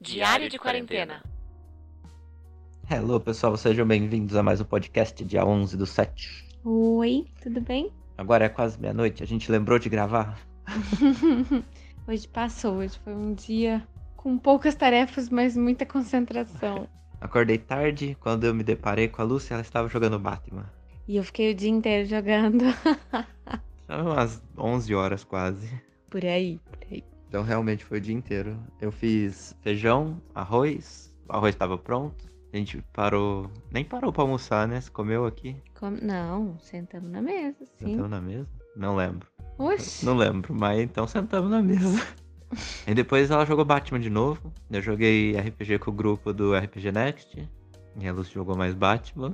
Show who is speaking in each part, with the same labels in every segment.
Speaker 1: Diário de quarentena.
Speaker 2: Hello, pessoal, sejam bem-vindos a mais um podcast, dia 11 do 7.
Speaker 3: Oi, tudo bem?
Speaker 2: Agora é quase meia-noite, a gente lembrou de gravar?
Speaker 3: Hoje passou, hoje foi um dia com poucas tarefas, mas muita concentração.
Speaker 2: Acordei tarde, quando eu me deparei com a Lúcia, ela estava jogando Batman.
Speaker 3: E eu fiquei o dia inteiro jogando.
Speaker 2: São umas 11 horas quase.
Speaker 3: Por aí, por aí.
Speaker 2: Então realmente foi o dia inteiro. Eu fiz feijão, arroz, o arroz estava pronto. A gente parou, nem parou pra almoçar, né? Você comeu aqui?
Speaker 3: Como- Não, sentamos na mesa, sim.
Speaker 2: Sentamos na mesa? Não lembro.
Speaker 3: Oxi,
Speaker 2: Não lembro, mas então sentamos na mesa. e depois ela jogou Batman de novo. Eu joguei RPG com o grupo do RPG Next. E a Lúcia jogou mais Batman.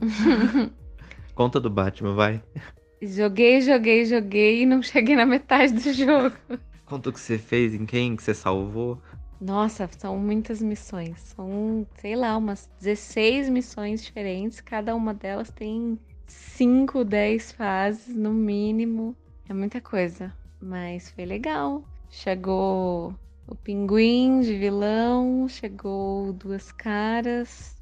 Speaker 2: Conta do Batman, vai.
Speaker 3: joguei, joguei, joguei e não cheguei na metade do jogo.
Speaker 2: Conta o que você fez, em quem que você salvou.
Speaker 3: Nossa, são muitas missões. São, sei lá, umas 16 missões diferentes. Cada uma delas tem 5, 10 fases, no mínimo. É muita coisa. Mas foi legal. Chegou o pinguim de vilão, chegou o duas caras,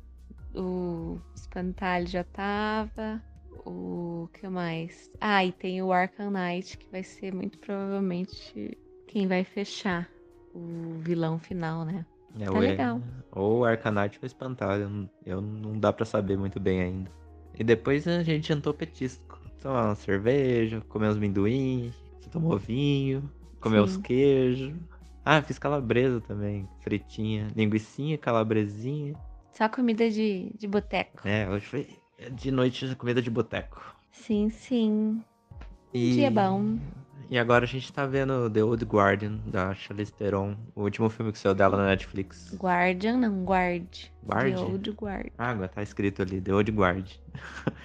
Speaker 3: o espantalho já tava. O que mais? Ah, e tem o Arkham Knight, que vai ser muito provavelmente quem vai fechar o vilão final, né?
Speaker 2: É,
Speaker 3: Tá
Speaker 2: ou é-
Speaker 3: legal.
Speaker 2: Ou Arcanate ou Espantalho. eu não- Eu não dá pra saber muito bem ainda. E depois a gente jantou petisco. Tomar uma cerveja, comer uns minduins, você tomou vinho, comeu os
Speaker 3: Sim.
Speaker 2: queijos. Ah, fiz calabresa também, fritinha, linguiçinha, calabresinha.
Speaker 3: Só comida de, de boteco.
Speaker 2: É, hoje foi de noite comida de boteco.
Speaker 3: Sim, sim. Um
Speaker 2: E...
Speaker 3: dia bom.
Speaker 2: E agora a gente tá vendo The Old Guardian, da Charlize Theron, o último filme que saiu dela na Netflix.
Speaker 3: Guardian, não, guard.
Speaker 2: Guard?
Speaker 3: The Old Guard.
Speaker 2: Água, tá escrito ali, The Old Guard.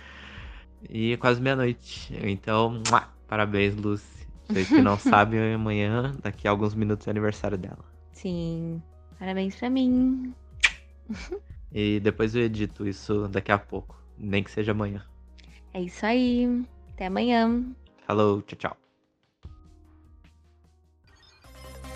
Speaker 2: e é quase meia-noite. Então, mua, parabéns, Lucy. Vocês que não sabem, amanhã, daqui a alguns minutos, é aniversário dela.
Speaker 3: Sim. Parabéns pra mim.
Speaker 2: E depois eu edito isso daqui a pouco. Nem que seja amanhã.
Speaker 3: É isso aí. Até amanhã.
Speaker 2: Falou, tchau, tchau.